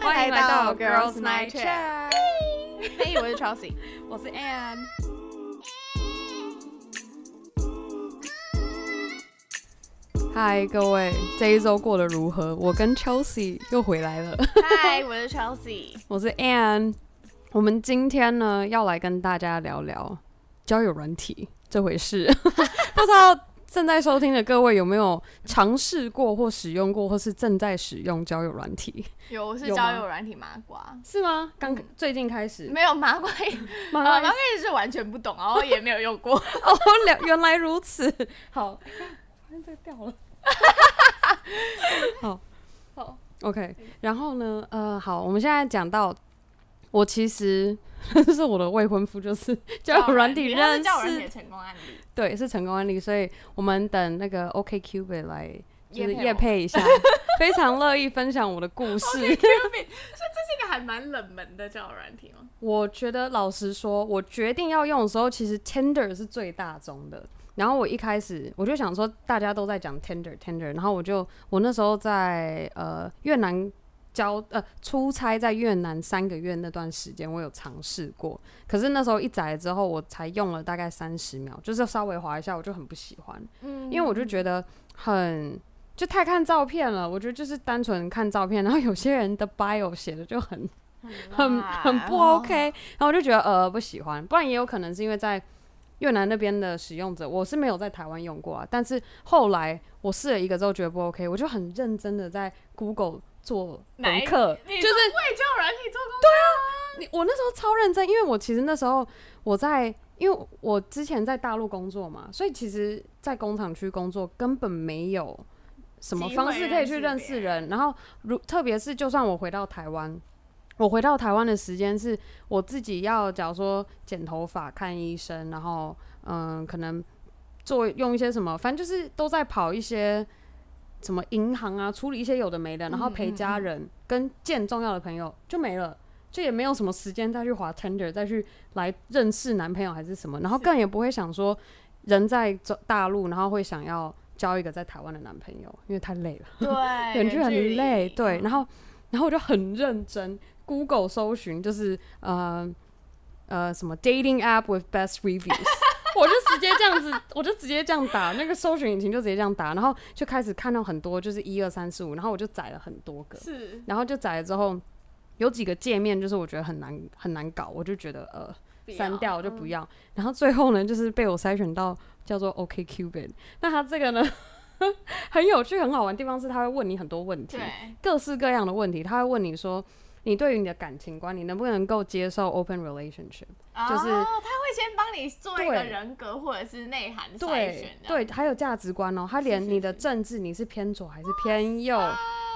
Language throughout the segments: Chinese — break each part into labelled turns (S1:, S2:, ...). S1: 欢迎来到 Girls Night
S2: Chat。
S1: 嘿，我是 Chelsea。
S2: 我是 Anne。嗨，各位，这一周过得如何？我跟 Chelsea 又回来了，
S1: 嗨，我是 Chelsea。
S2: 我是 Anne。我们今天呢，要来跟大家聊聊交友软体这回事。不知道正在收听的各位有没有尝试过或使用过，或是正在使用交友软体？
S1: 有，我是
S2: 有
S1: 交
S2: 吗
S1: 友软体麻瓜。
S2: 是吗？刚
S1: 嗯
S2: 最近开始，
S1: 没有啊麻瓜 也，
S2: 马
S1: 麻
S2: 上
S1: 瓜也是完全不懂，然后也没有用过。
S2: 哦，了，原来如此。好，这个掉了。好
S1: 好
S2: ，OK。然后呢，呃，好，我们现在讲到，我其实 是我的未婚夫，就是 交友软体
S1: 他是
S2: 认
S1: 交友软体的
S2: 识，
S1: 成功案例。
S2: 对，是成功案例。所以我们等那个 OK Cupid 来，就是
S1: 叶
S2: 夜配一下，非常乐意分享我的故 事。
S1: 这个还蛮冷门的交友软体吗？
S2: 我觉得老实说，我决定要用的时候，其实 Tender 是最大宗的。然后我一开始我就想说，大家都在讲 Tender Tender，然后我就我那时候在呃越南交呃出差在越南三个月那段时间，我有尝试过，可是那时候一载之后，我才用了大概三十秒，就是稍微滑一下，我就很不喜欢。
S1: 嗯
S2: 因为我就觉得很就太看照片了，我觉得就是单纯看照片，然后有些人的 bio 写的就很
S1: 嗯
S2: 很
S1: 辣
S2: 很不 OK，然后我就觉得呃不喜欢，不然也有可能是因为在越南那边的使用者，我是没有在台湾用过啊，但是后来我试了一个之后觉得不 OK，我就很认真的在 Google 做
S1: 哪
S2: 功
S1: 一
S2: 课，
S1: 你
S2: 就是
S1: 说为交友软体做功
S2: 你我那时候超认真，因为我其实那时候我在，因为我之前在大陆工作嘛，所以其实，在工厂区工作根本没有什么
S1: 机
S2: 方
S1: 会
S2: 式
S1: 认
S2: 可
S1: 识
S2: 以去认
S1: 别
S2: 识
S1: 人
S2: 人。然后，如特别是就算我回到台湾，我回到台湾的时间是我自己要，假如说剪头发、看医生，然后嗯，可能做用一些什么，反正就是都在跑一些什么银行啊，处理一些有的没的，然后
S1: 嗯
S2: 陪
S1: 嗯
S2: 家
S1: 嗯
S2: 人、跟见重要的朋友就没了，就也没有什么时间再去滑 Tinder，再去来认识男朋友还是什么，然后
S1: 是
S2: 更也不会想说人在中大陆，然后会想要交一个在台湾的男朋友，因为太累了。
S1: 课，对，
S2: 远距嗯很
S1: 离
S2: 累，对。然后，然后我就很认真，Google 搜寻就是呃呃什么 dating app with best reviews，我 就直接这样子，我就直接这样打那个搜寻引擎就直接这样打，然后就开始看到很多就是一二三四五，然后我就载了很多个，
S1: 是
S2: 然后就载了之后。有几个界面就是我觉得很难很难搞，我就觉得呃
S1: 不
S2: 删
S1: 要
S2: 掉我就不
S1: 嗯
S2: 要。然后最后呢，就是被我筛选到叫做 OK Cupid。那它这个呢， 很有趣、很好玩的地方是，它会问你很多问题，
S1: 对，
S2: 各式各样的问题。它会问你说，你对于你的感情观，你能不能够接受 open relationship？就是
S1: 哦他会先帮你做一个
S2: 对
S1: 人格或者是内涵筛
S2: 对
S1: 选这样，
S2: 对，还有价值观哦，它连
S1: 是
S2: 你的
S1: 是
S2: 政治你是偏左还是偏右，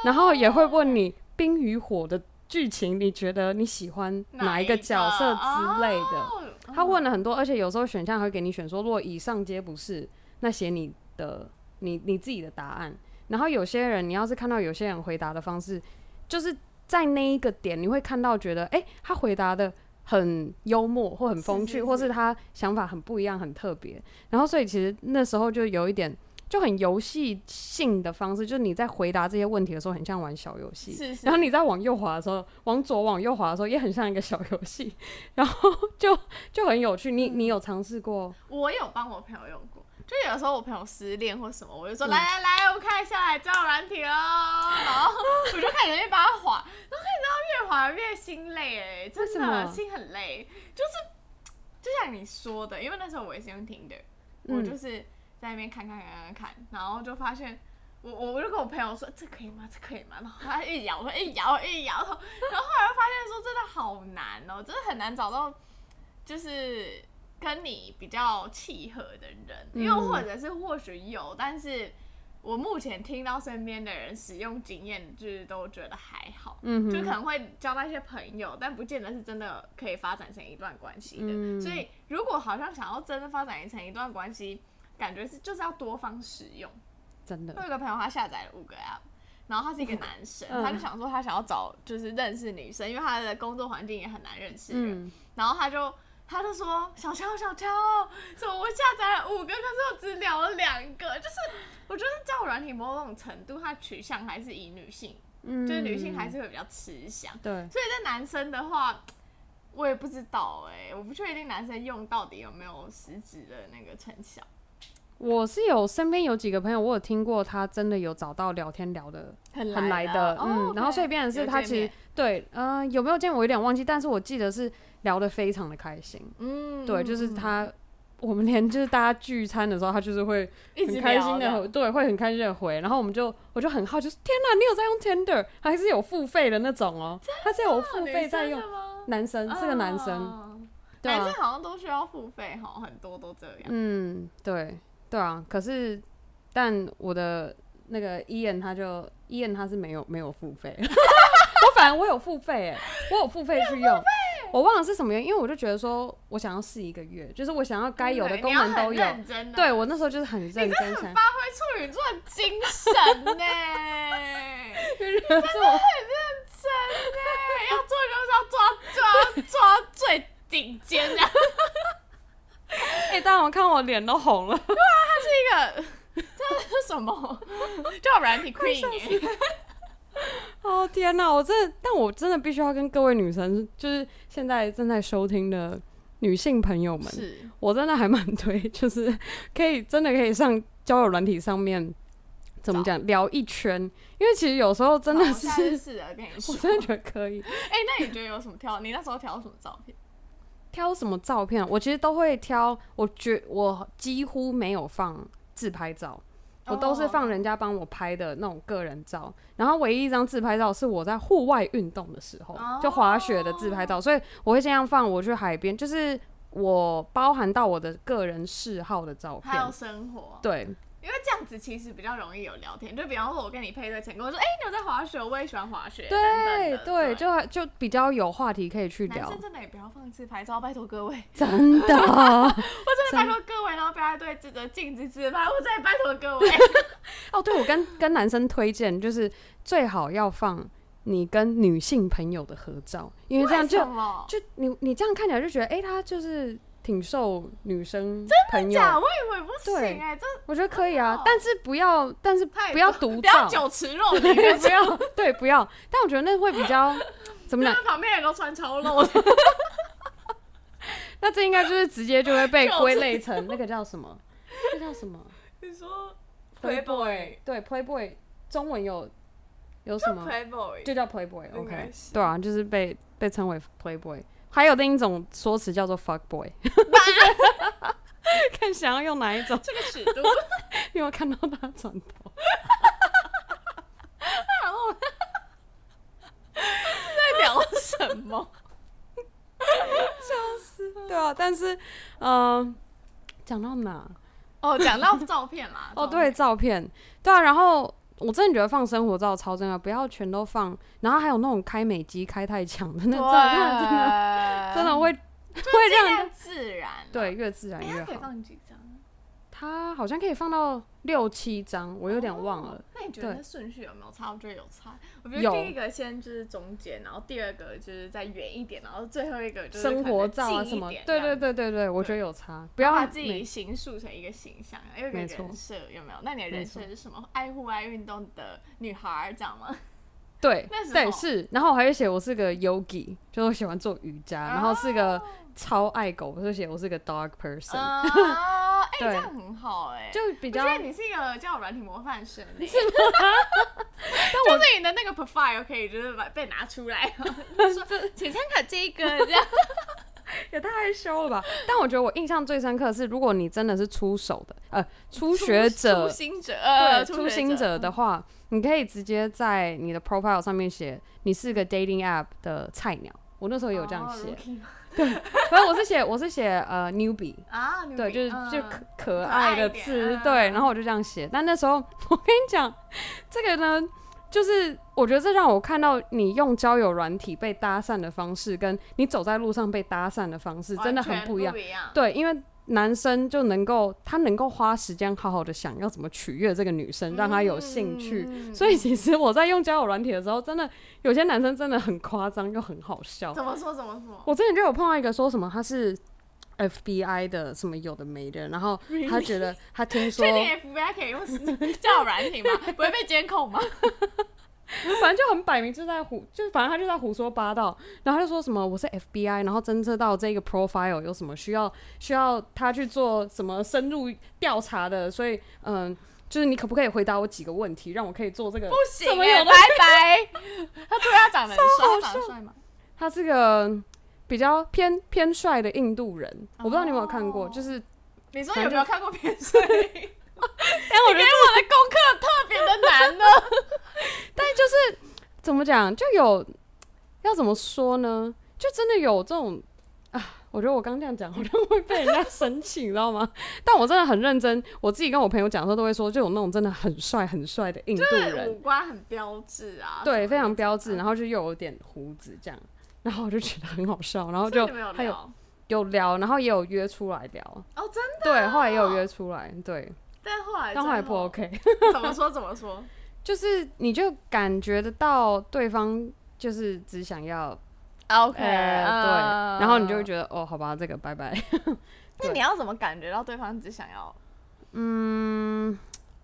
S2: 然后也会
S1: 哦
S2: 问你冰与火的剧情，你觉得你喜欢哪一个角色之类的。
S1: 哦
S2: 他问了很多，而且有时候选项还会给你选说，如果以上皆不是，那写你的你你自己的答案。然后有些人，你要是看到有些人回答的方式，就是在那一个点，你会看到觉得，诶，他回答的很幽默或很风趣，
S1: 是是
S2: 或是他想法很不一样、很特别。然后所以其实那时候就有一点。就很游戏性的方式，就是你在回答这些问题的时候，很像玩小游戏。
S1: 是是
S2: 然后你在往右滑的时候，往左往右滑的时候，也很像一个小游戏，然后就就很有趣。你
S1: 嗯
S2: 你有尝试过？
S1: 我有帮我朋友用过，就有时候我朋友失恋或什么，我就
S2: 嗯
S1: 说、来来来，我们看一下来交友软体喽，哦 然后我就开始去帮他滑，然后你知道越滑越心累哎、真
S2: 什
S1: 的
S2: 么
S1: 心很累，就是就像你说的，因为那时候我也是用 Tinder，我
S2: 嗯
S1: 就是在那边看看看看看，然后就发现。我我我就跟我朋友说这可以吗？这可以吗？然后他一摇，我说一摇一摇，然后后来我发现说真的好难哦，真的很难找到就是跟你比较契合的人，
S2: 嗯
S1: 又或者是或许有，但是我目前听到身边的人使用经验，就是都觉得还好。
S2: 嗯
S1: 就可
S2: 哼，
S1: 能会交到一些朋友，但不见得是真的可以发展成一段关系的。
S2: 嗯
S1: 所以，如果好像想要真的发展成一段关系，感觉是就是要多方使用。
S2: 真
S1: 我
S2: 的，
S1: 有个朋友，他下载了五个 app，然后他是一个男生，
S2: 嗯
S1: 他就想说他想要找就是认识女生，因为他的工作环境也很难认识人，
S2: 嗯，
S1: 然后他就。他就说：“小乔，小乔，怎么我下载了五个，可是我只聊了两个？就是我觉得交友软体某种程度，它取向还是以女性
S2: 嗯
S1: 就是女性还是会比较吃香。
S2: 对，
S1: 所以在男生的话，我也不知道哎、我不确定男生用到底有没有实质的那个成效。
S2: 我是有身边有几个朋友，我有听过他真的有找到聊天聊的
S1: 很哦
S2: 很来的，嗯，然后所以变成是他其实对，呃，有没有见我有点忘记，但是我记得是聊得非常的开心，
S1: 嗯，
S2: 对，就是他。我们连就是大家聚餐的时候，他就是会
S1: 一直
S2: 很开心
S1: 聊哦
S2: 的，
S1: 的，
S2: 对，会很开心的回。然后我们就，我就很好奇，就是天哪，你有在用 Tinder，还是有付费的那种哦、他是有付费在用
S1: 女生，的吗？
S2: 男生是个男生，
S1: 啊
S2: 对
S1: 男
S2: 啊
S1: 生，好像都需要付费哈，很多都这样。
S2: 嗯，对，对啊。可是，但我的那个 Ian 他就 Ian 他是没有没有付费， 我反而我有付费哎，我有付费去用，我忘了是什么原因，因为我就觉得说我想要试一个月，就是我想要该有的
S1: 对
S2: 功
S1: 你要
S2: 能都
S1: 很
S2: 有。
S1: 认真啊
S2: 对我那时候就是很认真想，
S1: 发挥处女座的精神 呢、
S2: 就是做
S1: 真的、要做就是要做到做到做到最顶尖的。
S2: 哎，当然我看我脸都红了，
S1: 这个这是什么？叫软体 queen 耶、
S2: 哦天哪，我真的，但我真的必须要跟各位女生，就是现在正在收听的女性朋友们，
S1: 是
S2: 我真的还蛮推， 就是可以真的可以上交友软体上面，怎么讲聊一圈，因为其实有时候真的
S1: 好我
S2: 是
S1: 下， 次试了跟你
S2: 我
S1: 说。
S2: 真的觉得可以
S1: 哎、那你觉得有什么挑？你那时候挑什么照片？
S2: 挑什么照片，我其实都会挑，我觉我几乎没有放自拍照。
S1: 哦
S2: 我都是放人家帮我拍的那种个人照，然后唯一一张自拍照是我在户外运动的时候，
S1: 哦
S2: 就滑雪的自拍照，所以我会这样放。我去海边，就是我包含到我的个人嗜好的照
S1: 还有
S2: 片。
S1: 生活，
S2: 对，
S1: 因为这样子其实比较容易有聊天。就比方说，我跟你配对成功，我说哎、你有在滑雪，我也喜欢滑雪，等等
S2: 对
S1: 的
S2: 对，就还就比较有话题可以去
S1: 男
S2: 聊
S1: 生，真的也不要放自拍照，拜托各 位，
S2: 真的。
S1: 我真的拜托各位，然后不要对着镜子自拍，我真的拜托各位。
S2: 哦，对，我跟跟男生推荐，就是最好要放你跟女性朋友的合照， 因为这样就
S1: 什么？
S2: 就你你这样看起来就觉得，哎、他就是挺受女生朋友，
S1: 假，我以为不行
S2: 对
S1: 哎、这
S2: 我觉得可以啊，
S1: 真的哦
S2: 但是不要，但是
S1: 太
S2: 不要
S1: 多
S2: 独
S1: 不要
S2: 照，
S1: 酒池肉林，就
S2: 对，不要，对，不要。但我觉得那会比较 怎么讲？
S1: 是旁边人都穿超 露的，
S2: 那这应该就是直接就会被
S1: 就是
S2: 归类成那个叫什么？那叫什么
S1: 你说
S2: Playboy 对，Playboy，中文有有什么？
S1: Playboy
S2: 就叫 Playboy。
S1: 应该
S2: OK，
S1: 是
S2: 对啊，就是被被称为 Playboy。还有另一种说辞叫做 fuck boy，看想要用哪一种。
S1: 这个尺 度，
S2: 因为我看到他转头，
S1: 然后在聊什么？
S2: 对啊，但是，嗯，讲到哪？
S1: 哦，讲到照片啦，
S2: 哦，
S1: 照片
S2: 对，，照片，对啊，然后我真的觉得放生活照超重要，不要全都放，然后还有那种开美肌开太强的那照片，真的
S1: 对，啊
S2: 真的会会
S1: 尽
S2: 让
S1: 量自然，
S2: 对越自然
S1: 哎，
S2: 越
S1: 它可以
S2: 好。
S1: 放几张？
S2: 它好像可以放到六七张，我有点忘
S1: 哦
S2: 了。。
S1: 那你觉得
S2: 对
S1: 那顺序有没有差？我觉得有差。我觉得
S2: 有
S1: 第一个先就是中间，然后第二个就是再远一点，然后最后一个就是
S2: 生活照
S1: 可
S2: 啊
S1: 能近
S2: 什
S1: 一
S2: 么
S1: 点，
S2: 对
S1: 这
S2: 对
S1: 样
S2: 对对对，我觉得有差，不要
S1: 把自己
S2: 每
S1: 形塑成一个形象，有一个
S2: 没错
S1: 人设有没有？那你的
S2: 没
S1: 人
S2: 错
S1: 设是什么？爱户外运动的女孩儿，这样吗？
S2: 对
S1: 那时
S2: 对
S1: 候
S2: 是，然后我还会写我是个 yogi，就是我喜欢做瑜伽，然后是个超爱狗，我就写我是个 dog person，、
S1: 啊，哎，
S2: 对
S1: 这样很好哎。
S2: 就比
S1: 我觉
S2: 较
S1: 得你是一个叫软体模范生 欸，是 吗？就是你的那个 profile 可以就是把被拿出来， 然后就说请参考这一个这样。
S2: 也太害羞了吧？但我觉得我印象最深刻的是，如果你真的是出手的，呃， 初学者，
S1: 初心者，
S2: 对，
S1: 呃
S2: 初心者的话，你可以直接在你的 profile 上面写你是个 dating app 的菜鸟。我那时候
S1: 哦
S2: 有这样写， 反正我是写我是写呃 newbie，
S1: 啊，你
S2: 对，就是
S1: 嗯
S2: 就可可
S1: 爱
S2: 爱
S1: 一
S2: 的
S1: 点
S2: 字，
S1: 嗯
S2: 对，然后我就这样写。但那时候 我跟你讲，这个呢，就是我觉得这让我看到你用交友软体被搭讪的方式，跟你走在路上被搭讪的方式真的很
S1: 完全
S2: 不
S1: 不
S2: 一样。
S1: 一样。
S2: 对，因为男生就能够，他能够花时间好好的想要怎么取悦这个女生，让她有兴趣。
S1: 嗯
S2: 所以其实我在用交友软体的时候，真的有些男生真的很夸张又很好笑。
S1: 怎么说怎么说？
S2: 我之前就有碰到一个说什么他是 FBI 的什么有的没的，然后他觉得他听说
S1: 确定 FBI 可以用交友软体吗？不会被监控吗？
S2: 反正就很摆明就在胡，就是反正他就在胡说八道，然后他就说什么我是 FBI，然后侦测到这个 profile 有什么需要需要他去做什么深入调查的，所以嗯，就是你可不可以回答我几个问题，让我可以做这个？
S1: 不行、
S2: 怎么
S1: 欸，
S2: 有的
S1: 拜拜。他突然长得很帅，他长得帅吗？
S2: 他是个比较偏偏帅的印度人，我不知道你有没有看过，
S1: 哦
S2: 就是
S1: 你说
S2: 反
S1: 有没
S2: 正
S1: 有看过变身？哎，我
S2: 哎我觉
S1: 给哎我的功课特别的 难呢。
S2: 哦怎么讲，就有要怎么说呢？就真的有这种啊，我觉得我刚这样讲好像会被人家 生气，你知道吗？但我真的很认真，我自己跟我朋友讲的时候都会说，就有那种真的很帅很帅的印度
S1: 对，五
S2: 人，
S1: 官很标致啊。
S2: 对，非常标
S1: 啊
S2: 志，然后就又有点胡子这样，然后我就觉得很好笑，然后
S1: 所以
S2: 就
S1: 你们有
S2: 还有
S1: 聊
S2: 有聊，然后也有约出来聊，
S1: 哦，真的。哦哎
S2: 对，后来也有约出来，对，
S1: 但后来
S2: 但后来
S1: 最
S2: 不 OK，
S1: 怎么说怎么说？
S2: 就是你就感觉得到对方就是只想要
S1: OK，嗯
S2: 哎对，然后你就会
S1: 得，
S2: 觉得哦，好吧，这个拜拜。
S1: 呃 那
S2: 对
S1: 你要怎么感觉到对方只想要？
S2: 嗯，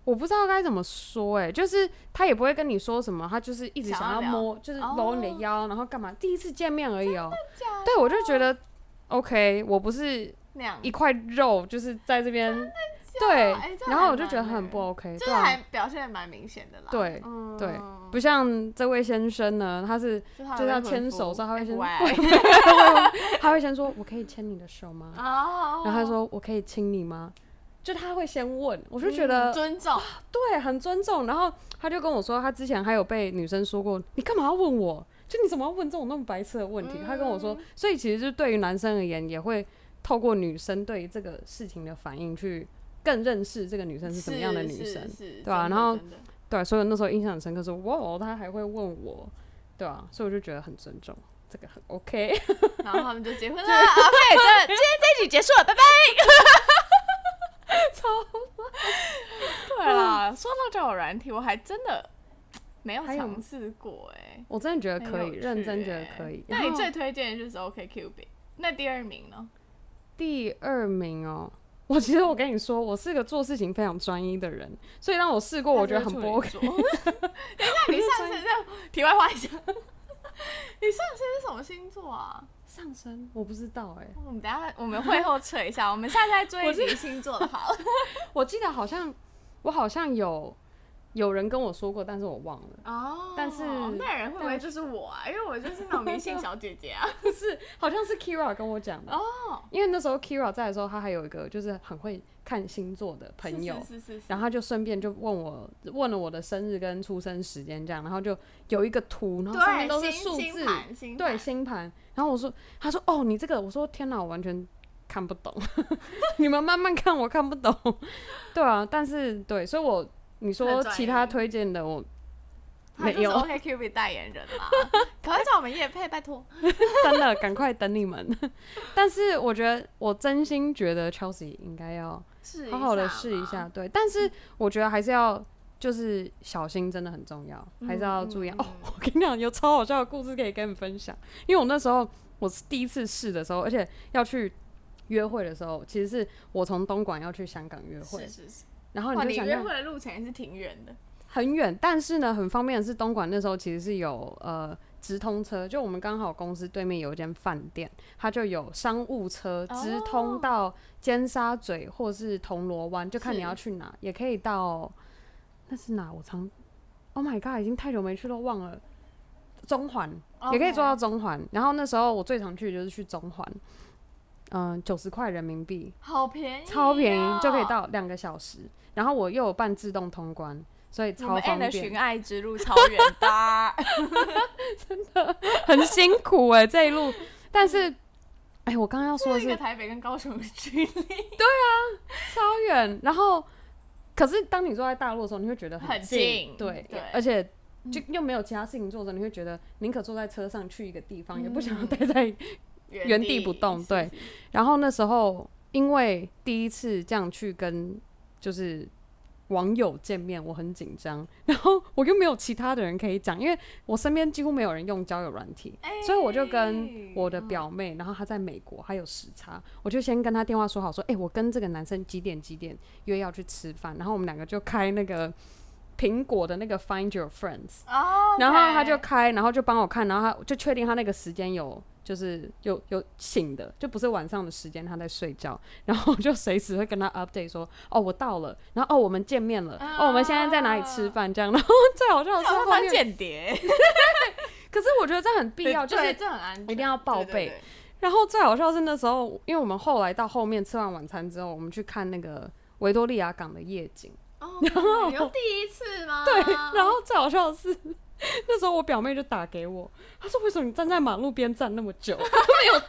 S2: 我不知道该怎么说、哎，就是他也不会跟你说什么，他就是一直
S1: 想
S2: 想
S1: 要
S2: 要
S1: 聊
S2: 摸，就是搂你的
S1: 哦
S2: 腰，然后干嘛？第一次见面而已哦、
S1: 假的
S2: 对，我就觉得 OK，我不是
S1: 那样
S2: 一，块肉，就是在这边对
S1: 哎这，
S2: 然
S1: 还
S2: 后我就觉得
S1: 蛮
S2: 很不
S1: 欸
S2: OK，
S1: 就
S2: 对
S1: 是
S2: 啊
S1: 还表现得蛮明显的啦。
S2: 对
S1: 嗯
S2: 对不像这位先生呢，他是
S1: 就
S2: 就是要牵手之
S1: 之
S2: 后
S1: 后
S2: 他会先
S1: 然
S2: 他会先说我可以牵你的手吗？
S1: 哦后
S2: 然后他说我可以亲你吗？就他会先问，我就觉得
S1: 嗯尊重，
S2: 对，很尊重。然后他就跟我说，他之前还有被女生说过，你干嘛要问我？就你怎么要问这种那么白痴的问题？他跟我
S1: 嗯
S2: 说，所以其实就对于男生而言，也会透过女生对于这个事情的反应去更认识这个女生是什么样的女生。
S1: 对
S2: 对啊然后
S1: 真的
S2: 对，所以我那时候印象很深刻说哇，哦他还会问我，对啊，所以我就觉得很尊重，这个很 OK。
S1: 然后他们就结婚了。OK，这 今天这一集结束了， 拜拜。超对啦，说到交友软体，我还真的没有
S2: 还有
S1: 尝试过哎，
S2: 我真的觉得可
S1: 很
S2: 以，
S1: 有趣
S2: 认真觉得
S1: 欸
S2: 可以。
S1: 那
S2: 然
S1: 你
S2: 后
S1: 最推荐的就是 OK Cupid，那第二名呢？
S2: 第二名哦。我其实我跟你说，我是个做事情非常专一的人，所以让我试过，我觉得很不 OK。
S1: 等一下，你上次那题外话一下， 你上次是什么星座啊？
S2: 上升我不知道哎、
S1: 我们等一下我们会后测一下，我们下次再追一集星座的好了。
S2: 我记得好像我好像有有人跟我说过，但是我忘了，
S1: 哦
S2: 但是
S1: 那人会不会就是我啊？因为我就是那种迷信小姐姐啊。
S2: 是好像是 Kira 跟我讲的
S1: 哦，
S2: 因为那时候 Kira 在的时候，他还有一个就是很会看星座的 朋友，
S1: 是是是是
S2: 然后他就顺便就问我问了我的生日跟出生时间这样，然后就有一个图，然后上面
S1: 对，
S2: 都是
S1: 星
S2: 数
S1: 星
S2: 字，
S1: 盘星
S2: 对
S1: 盘
S2: 星盘，然后我说他说哦你这个，我说天哪，我完全看不懂， 你们慢慢看，我看不懂，对啊，但是对，所以我你说
S1: 很专
S2: 其他
S1: 业
S2: 推荐的我
S1: 他就是
S2: 没有
S1: OK Cupid 代言人 啦，赶快找我们叶配，拜托。
S2: 真的赶快等你们。但是我觉得，我真心觉得 Chelsea 应该要
S1: 试一
S2: 好好的
S1: 下
S2: 试一
S1: 嘛
S2: 下，，对。但是我觉得还是要就是小心，真的很重要，还是要注意。
S1: 嗯
S2: 哦，我跟你讲，有超好笑的故事可以跟你分享，因为我那时候我是第一次试的时候，而且要去。约会的时候，其实是我从东莞要去香港约
S1: 是，
S2: 会
S1: 是是。
S2: 然后
S1: 哇，
S2: 你
S1: 你
S2: 就想
S1: 约
S2: 象
S1: 会的路程也是挺远的，
S2: 很远，但是呢，很方便的是，东莞那时候其实是有呃直通车，就我们刚好公司对面有一间饭店，它就有商务车
S1: 哦
S2: 直通到尖沙咀或是铜锣湾，就看
S1: 是
S2: 你要去哪，也可以到那是哪？我常 Oh my God，已经太久没去都忘了。中环
S1: 哦
S2: 也可以坐到中环，然后那时候我最常去的就是去中环，嗯、九十块人民币，
S1: 好便宜哦，
S2: 超便宜，就可以到两个小时。然后我又有办自动通关，所以
S1: 我
S2: 超
S1: 们 a
S2: 方
S1: n 的
S2: 便
S1: 寻。爱之路超远的， 啊
S2: 很辛苦哎、这一路。但 是，哎、我刚刚要说的
S1: 这
S2: 是
S1: 个台北跟高雄的距离
S2: 超远，然后可是当你坐在大陆的时候，你会觉得
S1: 很
S2: 近，
S1: 近
S2: 对，
S1: 对嗯
S2: 而且。就又没有其他事情做着，你会觉得宁可坐在车上去一个地方，也不想
S1: 嗯
S2: 要待在。原地不动对，
S1: 是是是
S2: 然后那时候因为第一次这样去跟就是网友见面，我很紧张，然后我又没有其他的人可以讲，因为我身边几乎没有人用交友软体，
S1: 哎
S2: 所以我就
S1: 嗯
S2: 跟我的表妹，然后她在美国，还有时差，我就先跟她电话说好，说，哎、我跟这个男生几点几点约要去吃饭，然后我们两个就开那个苹果的那个 Find Your Friends，
S1: 哦
S2: 然后他就开，然后就帮我看，然后他就确定他那个时间有。就是有有醒的，就不是晚上的时间，他在睡觉，然后我就随时会跟他 update 说，哦，我到了，然后哦，我们见面了，哦，我们现在在哪里吃饭这样， 然后最好笑的是
S1: 啊好像
S2: 后
S1: 当
S2: 面，
S1: 间谍，
S2: 可是我觉得这很必要，就
S1: 对
S2: 是
S1: 这很安全，
S2: 一定要报备
S1: 对。对对
S2: 然后最好笑是那时候，因为我们后来到后面吃完晚餐之后，我们去看那个维多利亚港的夜景。
S1: 哦，你又第一次吗？
S2: 对，然后最好笑的是， 那时候我表妹就打给我，她说：“为什么你站在马路边站那么久都没有动？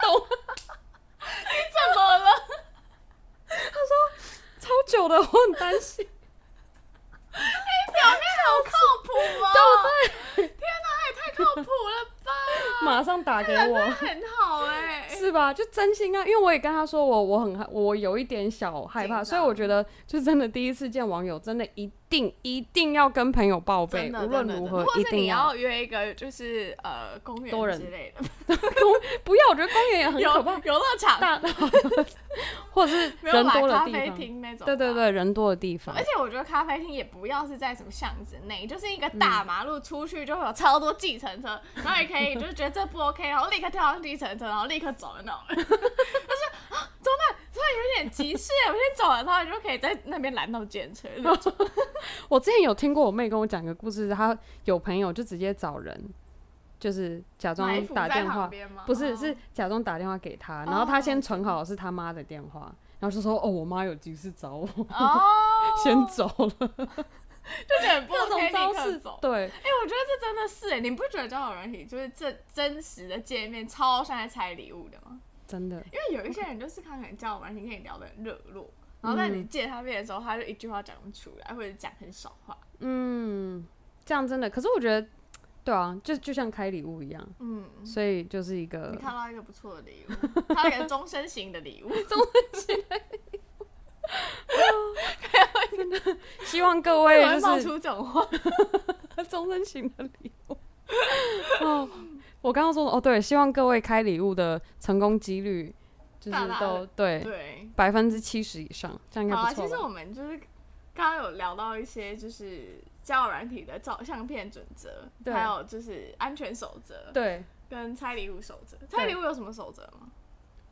S1: 怎么了？
S2: 超久的，我很担 心。
S1: 表面好靠谱哦！天哪，也太靠谱了吧！”
S2: 马上打给
S1: 人真的
S2: 我，
S1: 很好哎、
S2: 是吧？就真心啊，因为我也跟她说我我很害，我有一点小害
S1: 紧
S2: 怕，
S1: 张
S2: 所以我觉得就真的第一次见网友，真的一定一定要跟朋友报备，
S1: 真的，
S2: 无论
S1: 真的
S2: 如
S1: 真的
S2: 何
S1: 或
S2: 一
S1: 是
S2: 定
S1: 你要约一个就是呃公园
S2: 多人
S1: 之类的，
S2: 不要，我觉得公园也很
S1: 游
S2: 可怕。
S1: 游乐场
S2: 大 或者是
S1: 没有
S2: 人
S1: 啦
S2: 多的
S1: 咖
S2: 地
S1: 啡
S2: 方，
S1: 厅那种，
S2: 对对。对，人多的地方
S1: 而，且我觉得咖啡厅也不要是在什么巷子内，就是一个大马路出去就会有超多计程车，然后也可以就是觉得这不 OK，然后立刻跳上计程车，然后立刻走的那种。 就是啊，怎么办？突然有点急事，我先走了，然后你就可以在那边拦到检车。
S2: 我之前有听过我妹跟我讲一个故事，她有朋友就直接找人，就是假
S1: 埋
S2: 装
S1: 伏
S2: 打
S1: 在
S2: 电
S1: 旁
S2: 话，
S1: 边吗？
S2: 不是
S1: 哦
S2: 是假装打电话给她，然后她先存好是她妈的电话，然后就说哦我妈有急事找我，
S1: 哦，
S2: 先走了，
S1: 就觉得不
S2: 各种
S1: OK，
S2: 招
S1: 立刻
S2: 式
S1: 走，。
S2: 对，
S1: 哎、我觉得这真的是哎，你不觉得交友软体就是这真实的界面超像在拆礼物的吗？
S2: 真的，
S1: 因为有
S2: 嗯
S1: 一些人就是他可能交友软体跟你聊得很热络，然后在
S2: 嗯
S1: 你见他面的时候，他就一句话讲不出来，或者讲很少话。
S2: 嗯，这样真的，可是我觉得，对啊，就就像开礼物一样，
S1: 嗯，
S2: 所以就是一
S1: 你
S2: 个
S1: 看到一个不错的 礼物，他一个终身型的礼物，
S2: 希望各
S1: 怎
S2: 位
S1: 么会
S2: 就
S1: 冒
S2: 是
S1: 出这种话？
S2: 终身型的礼物。 哦，我刚刚说的哦，对，希望各位开礼物的成功几率就是
S1: 大大
S2: 都
S1: 的
S2: 对
S1: 对，
S2: 百分之七十以上，这样应该
S1: 好啊，
S2: 不
S1: 其
S2: 错
S1: 实
S2: 吧。
S1: 我们就是刚刚有聊到一些就是交友软体的照相片准则，
S2: 对
S1: 还有就是安全守则
S2: 对，
S1: 跟猜礼物守则。猜礼物有什么守则吗？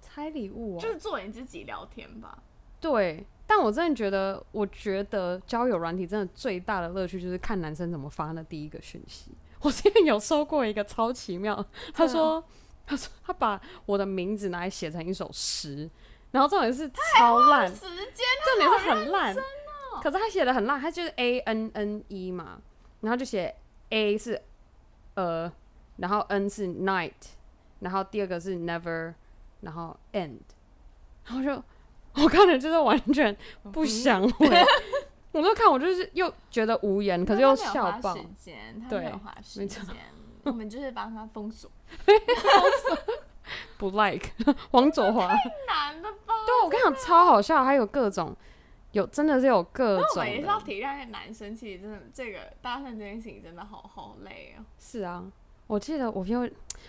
S2: 拆礼物哦，
S1: 就是做你自己聊天吧。
S2: 对。但我真的觉得，我觉得交友软体真的最大的乐趣就是看男生怎么发那第一个讯息。我之前有收过一个超奇妙，他说，他说他把我的名字拿来写成一首诗，然后重点是超烂，
S1: 时间
S2: 重点是很烂，
S1: 哦
S2: 可是他写的很烂，他就是 A N N E 嘛，然后就写 A 是呃，然后 N 是 night，然后第二个是 never，然后 end，然后就我看了就是完全
S1: 嗯
S2: 不想
S1: 哦
S2: 回，我就看我就是又觉得无言，可是又笑
S1: 他
S2: 爆
S1: 没有花，时间，他
S2: 对
S1: 没有花时
S2: 没
S1: 间，我们就是帮他封锁，
S2: 不 like 往左滑，
S1: 太难了吧？
S2: 对啊我跟你讲超好笑，还有各种有真的是有各
S1: 那我
S2: 种
S1: 们也是要
S2: 的，
S1: 体谅男生，其实真的这个搭讪这件事情真的好好累哦。
S2: 是啊，我记得我朋友，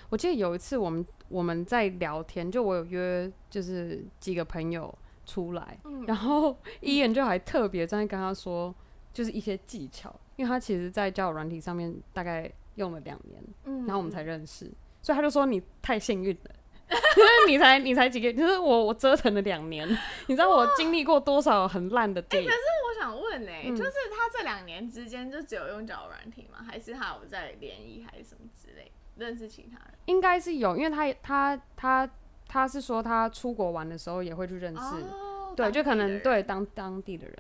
S2: 我记得有一次我们我们在聊天，就我有约就是几个朋友出来，
S1: 嗯
S2: 然后伊人就还特别在跟他说，就是一些技巧，因为他其实在交友软体上面大概用了两年，
S1: 嗯
S2: 然后我们才认识，所以他就说你太幸运 了。因为你才你才几个，就是我我折腾了两年，你知道我经历过多少很烂
S1: 哎
S2: 的 date？、
S1: 我想问哎、
S2: 嗯
S1: 就是他这两年之间就只有用交友软体吗？还是他有在联谊还是什么之类认识其他人？
S2: 应该是有，因为他他他他是说他出国玩的时候也会去认识
S1: 哦，
S2: 对，就可
S1: 当地的
S2: 能
S1: 人
S2: 对当当地的人，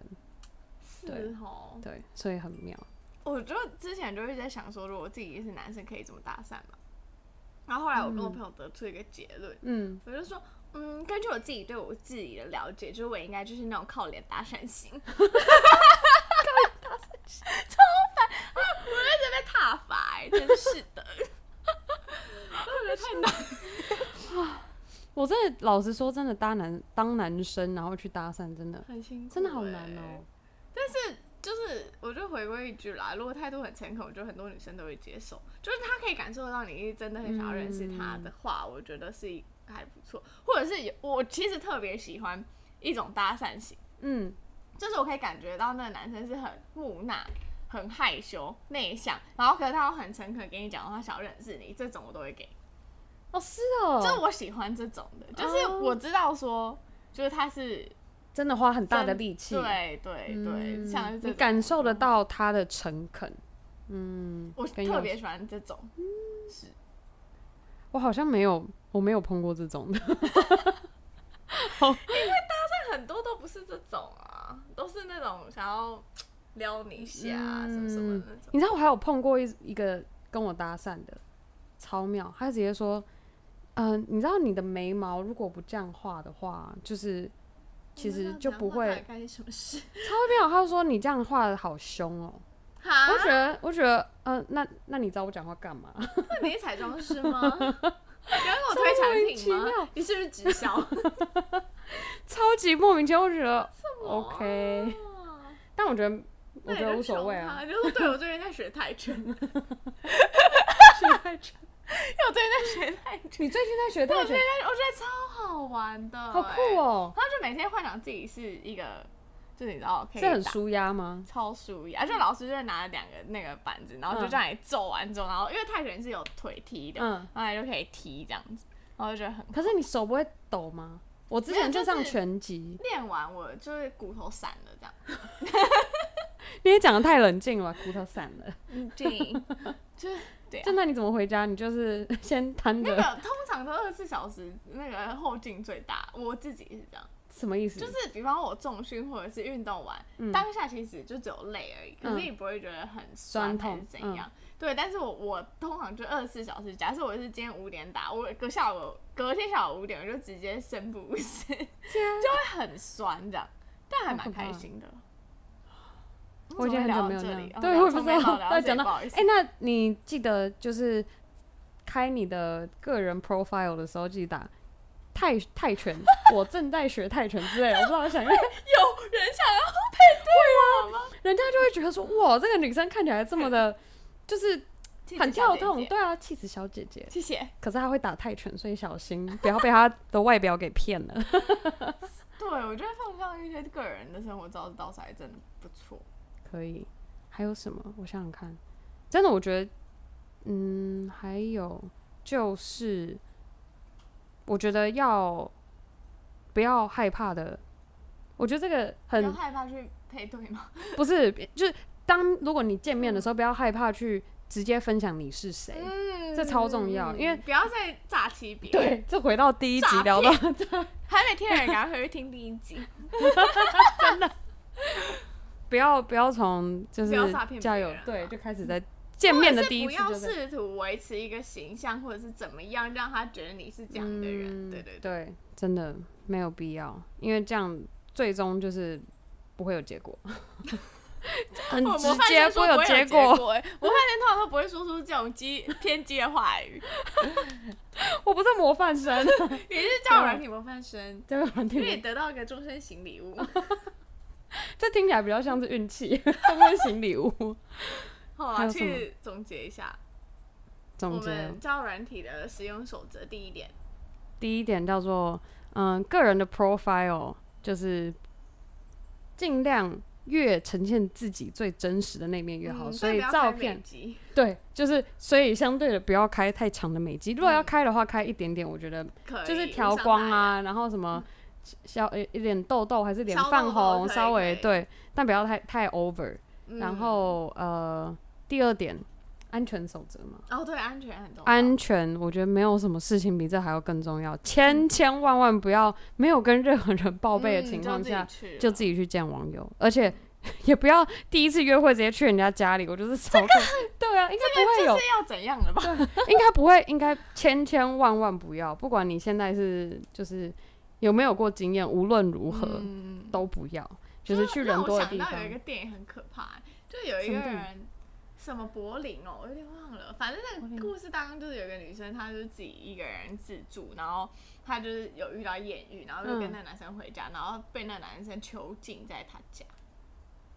S2: 对
S1: 是哦。
S2: 对，所以很妙。
S1: 我就之前就一直在想说，如果自己也是男生，可以怎么搭讪嘛？然后后来我跟我朋友得出一个结论，
S2: 嗯，
S1: 我就说，嗯，根据我自己对我自己的了解，就是我应该就是那种靠脸搭讪 型。靠脸搭讪型，超烦！我一直被踏伐、欸，真是的。我觉得太难。
S2: 我真的老实说，真的搭男当男生然后去搭讪，真的
S1: 很欸辛苦、
S2: 真的好难哦、。
S1: 但是就是，我就回归一句啦，如果态度很诚恳，我觉得很多女生都会接受。就是她可以感受到你是真的很想要认识她的话，我觉得是一还不错。或者是有我其实特别喜欢一种搭讪型，
S2: 嗯，
S1: 就是我可以感觉到那个男生是很木讷，很害羞内向，然后可是他又很诚恳跟你讲说他想要认识你，这种我都会给。
S2: 哦，是哦，
S1: 就是我喜欢这种的，就是
S2: 哦
S1: 我知道说，就是他是
S2: 真的花很大的
S1: 真
S2: 力气，
S1: 对对对，
S2: 嗯
S1: 像是这
S2: 你
S1: 种嗯
S2: 感受得到他的诚恳。嗯，
S1: 我
S2: 跟有
S1: 特别喜欢这种，
S2: 我好像没有，我没有碰过这种的。
S1: 但很多都不是这种啊，都是那种想要撩你一下啊什么什么的那种。
S2: 你知道我还有碰过一一个跟我搭讪的，超妙，他直接说，嗯、你知道你的眉毛如果不这样画的话，就是其实就不会
S1: 干你什么事。
S2: 超妙。他就说你这样画的好凶哦，
S1: 哈
S2: 我，就觉得我就觉得，嗯、那那你找我讲话干嘛？
S1: 那你是彩妆师 吗？你要跟我推产品
S2: 莫名其
S1: 吗
S2: 妙？
S1: 你是不是直销？
S2: 超级莫名其妙，我觉得
S1: 么
S2: OK，但我觉得我觉得无所谓啊，
S1: 那你就凶他。就是对我最近在学泰 拳，因为我最 近在学泰拳，
S2: 你最近在学
S1: 我
S2: 泰
S1: 觉
S2: 拳
S1: 得，我觉得超好玩的，欸
S2: 好酷哦、
S1: 然后就每天幻想自己是一个，就是你知道可以
S2: 这很
S1: 打
S2: 舒压吗？
S1: 超舒压，啊就老师就会拿了两个那个板子，然后就
S2: 嗯
S1: 让你揍完之后，然后因为泰拳是有腿踢的，
S2: 嗯，
S1: 然后你就可以踢这样子，然后就觉得很。
S2: 可是你手不会抖吗？我之
S1: 没有
S2: 前
S1: 就
S2: 就上
S1: 是
S2: 拳击，
S1: 练完我就是骨头散了这样，
S2: 你也讲的太冷静了吧，骨头散了。
S1: 嗯，对， 就是对、
S2: 就
S1: 啊。
S2: 那你怎么回家？你就是 先瘫
S1: 那
S2: 着，
S1: 个通常都二十四小时，那个后劲最大。我自己是这样，
S2: 什么意思？
S1: 就是比方我重训或者是运动完，
S2: 嗯
S1: 当下其实就只有累而已，可是
S2: 嗯
S1: 你不会觉得很酸
S2: 酸
S1: 还是
S2: 痛
S1: 怎样。对，但是我我通常就二十四小时，假设我是今天五点打，我隔下午隔天下午五点我就直接生不如死，就
S2: 啊
S1: 会很酸这样，但还蛮开心的。
S2: 我已经很久没有
S1: 这
S2: 那
S1: 里
S2: 样，，对，我不知道
S1: 要
S2: 要讲到。
S1: 不好意思
S2: 哎、，那你记得就是开你的个人 profile 的时候，记得打泰泰拳， 我正在学泰拳之类的。我不知道我想，因 为
S1: 有人想要配对我吗？
S2: 人家就会觉得说，哇，这个女生看起来这 么的，就是
S1: 谢谢
S2: 很
S1: 小
S2: 跳
S1: 姐
S2: 动，
S1: 姐，
S2: 对啊，气质小姐姐。
S1: 谢谢。
S2: 可是她会打泰拳，所以小心不要被她的外表给骗了。
S1: 对，我觉得放上一些个人的生活照到才真的不错。
S2: 可以，还有什么？我想想看，真的，我觉得，嗯，还有就是，我觉得要不要害怕的，我觉得这个
S1: 不要
S2: 很
S1: 害怕去配对吗？
S2: 不是，就是当如果你见面的时候，不要害怕去直接分享你是谁。
S1: 嗯
S2: 这超重要因为
S1: 不要再诈欺别人。
S2: 对，这回到第一集
S1: 诈
S2: 聊到，
S1: 还没听的人，赶快回去听第一集。
S2: 不要不要从就
S1: 不
S2: 是
S1: 要诈骗别
S2: 加油
S1: 人，
S2: 对，
S1: 啊
S2: 就开始在 见面的第一
S1: 不
S2: 次
S1: 要
S2: 就在
S1: 试图维持一个形象，或者是怎么样让他觉得你是这样的人。
S2: 嗯
S1: 对对对，
S2: 对，真的没有必要，因为这样最终就是不会有 结果，很
S1: 我
S2: 直
S1: 我发
S2: 接
S1: 现说
S2: 有
S1: 不会
S2: 结
S1: 有结。欸我发现通常都不会说出这种激偏激的话语。
S2: 我不是模范生，
S1: 你是叫
S2: 嗯
S1: 软体模范生，
S2: 这个
S1: 因 为你得到一个终身型礼物，
S2: 这听起来比较像是运气， 终身型礼物。
S1: 好
S2: 还
S1: 啊，
S2: 有什么
S1: 去总结一下我
S2: 总结
S1: 们教软体的使用守则。第一点，
S2: 第一点叫做，嗯，个人的 profile 就是尽量越呈现自己最真实的那面越好，
S1: 嗯
S2: 所
S1: 但
S2: 以
S1: 不要
S2: 照
S1: 开美
S2: 片
S1: 肌
S2: 对，就是所以相对的不要开太长的美肌，如果要开的话，开一点点，我觉得
S1: 可以
S2: 就是调光，啊，然后什么小呃一点痘痘还是脸
S1: 小嗯痘
S2: 泛
S1: 痘
S2: 红，
S1: 可以
S2: 稍
S1: 可
S2: 微
S1: 以嗯
S2: 对，但不要太太 over。
S1: 无伤大雅
S2: 然后呃，第二点，安全守则嘛，
S1: 嗯哦对，安全很重要。
S2: 安全，我觉得没有什么事情比这还要更重要，千千万万不要没有跟任何人报备的情况下
S1: 嗯嗯、就自己去
S2: 就自己去见网友，而且。 也不要第一次约会直接去人家家里，我就是少看。对啊，应该不会有
S1: 这，要怎样了吧？
S2: 应该不会，应该千千万万不要，不管你现在是就是有没有过经验，无论如何、
S1: 嗯，
S2: 都不要，就是去人多的地
S1: 让我想
S2: 方
S1: 到有一。个电影很可怕，欸就有一
S2: 什
S1: 个
S2: 么电影
S1: 人什么柏林哦，我有点忘了。反正那
S2: 柏
S1: 个
S2: 林
S1: 故事当中就是有一个女生，她就是自己一个人自助，然后她就是有遇到艳遇，然后就跟
S2: 嗯
S1: 那个男生回家，然后被那个男生囚禁在他家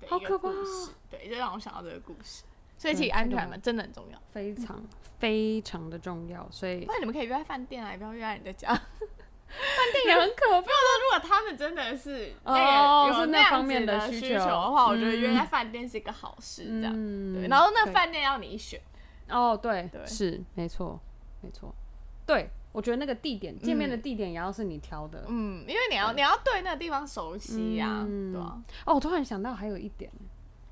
S1: 的
S2: 好
S1: 一个
S2: 可怕哦
S1: 故事。对，就让我想到这个故事。所以其实安全嘛，真的很重要。
S2: 非常非常的重要，所以
S1: 不然你们可以约在饭店啊，也不要约在你的家。
S2: 但也很可怕。
S1: 如果他们真的是那
S2: 哦
S1: 个有
S2: 是那
S1: 样
S2: 方
S1: 子
S2: 面的
S1: 的
S2: 需
S1: 求
S2: 求
S1: 的话，我觉得约
S2: 嗯
S1: 在饭店是一个好事，这样。对，
S2: 嗯
S1: 然后那
S2: 对
S1: 饭店要你选，
S2: 哦，对，
S1: 对
S2: 是没错，没错，对，我觉得那个地点见面的地点也要是你挑的。
S1: 嗯，因为你要你要对那个地方熟悉呀、
S2: 嗯
S1: 对吧、
S2: 哦，我突然想到还有一点，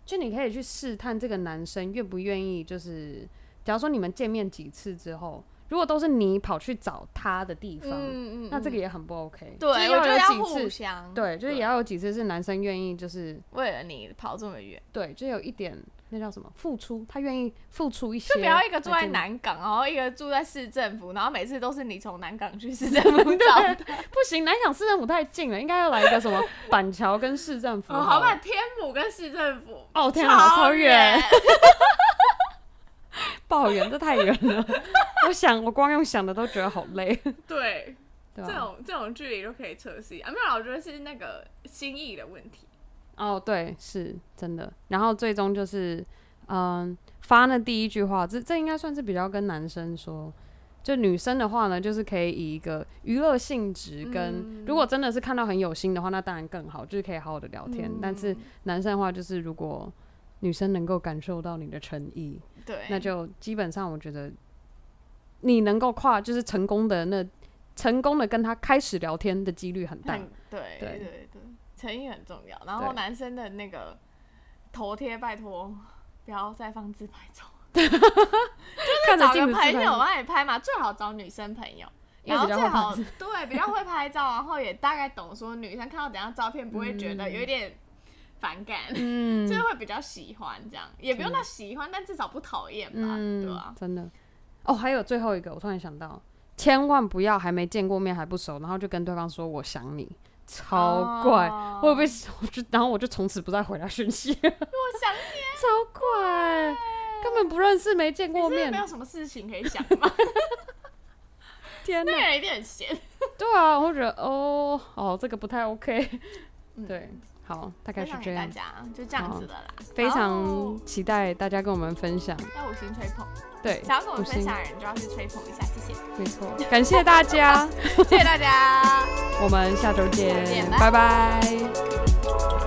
S2: 就你可以去试探这个男生愿不愿意，就是假如说你们见面几次之后，如果都是你跑去找他的地方，
S1: 嗯嗯，
S2: 那这个
S1: 嗯
S2: 也很不 OK。
S1: 对，
S2: 就是
S1: 我觉得
S2: 要有
S1: 互
S2: 几次，
S1: 相
S2: 对，就是也要有几次是男生愿意，就是
S1: 为了你跑这么远，
S2: 对，就有一点那叫什么付出，他愿意付出一些，
S1: 就不要一个住在
S2: 来见你
S1: 南港，然后一个住在市政 府，然后每次都是你从南港去市政府找的，
S2: 不行，南港市政府太近了，应该要来一个 什么板桥跟市政府。
S1: 哦，好吧，，天母跟市政府，
S2: 哦天啊，好超
S1: 远
S2: 远，，抱怨这太远了。 我想，我光用想的都觉得好累，
S1: 对，
S2: 对
S1: 这
S2: 啊吧、
S1: 种这种距离都可以测试啊，没有啦，我觉得是那个心意的问题。
S2: 哦，对，是真的。然后最终就是，嗯，发那第一句话，这这应该算是比较跟男生说。就女生的话呢，就是可以以一个娱乐性质跟，
S1: 嗯
S2: 如果真的是看到很有心的话，那当然更好，就是可以好好的聊哦天。但是
S1: 嗯
S2: 男生的话，就是如果女生能够感受到你的诚意，
S1: 对，
S2: 那就基本上我觉得你能够跨就是成功的那成功的跟他开始聊天的几率很大。
S1: 很对
S2: 对
S1: 对对对，诚意很重要。然后
S2: 对
S1: 男生的那个头贴，拜托不要再放自拍照，
S2: 看着
S1: 找
S2: 镜
S1: 个
S2: 子
S1: 朋
S2: 自拍
S1: 友帮你拍嘛，最好找女生朋友。
S2: 因为
S1: 然后
S2: 比较
S1: 最
S2: 会拍
S1: 好对比较会拍照，然后也大概懂说女生看到怎样照片不会觉 得有点反感，
S2: 嗯
S1: 就是会比较喜欢这样，也不用到喜欢，但至少不讨厌吧，
S2: 嗯，
S1: 对吧？
S2: 真的。哦，还有最后一个，我突然想到，千万不要还没见过面还不熟，然后就跟对方说我想你，超怪。
S1: 哦
S2: 我会被， 我就然后我就从此不再回他讯息， 超
S1: 我想你
S2: 怪，根本不认识，没见过
S1: 是不是
S2: 面
S1: 没，有什么事情可以 想吗？
S2: 天哪
S1: 那！个人一定很闲。
S2: 对啊，我会觉得哦哦，这个不太 OK。
S1: 嗯
S2: 对，好，大概
S1: 分
S2: 是
S1: 享
S2: 这
S1: 给大
S2: 样，
S1: 家，就这样子的啦。
S2: 非
S1: 然
S2: 常
S1: 后
S2: 期待大家跟我们分享。
S1: 要五星吹捧，
S2: 对，
S1: 想要跟我们
S2: 五
S1: 分
S2: 星
S1: 享的人就要去吹捧一下，谢谢，
S2: 没错，感谢大家，
S1: 谢谢大家。
S2: 我们下周见
S1: 下周见，
S2: 拜拜。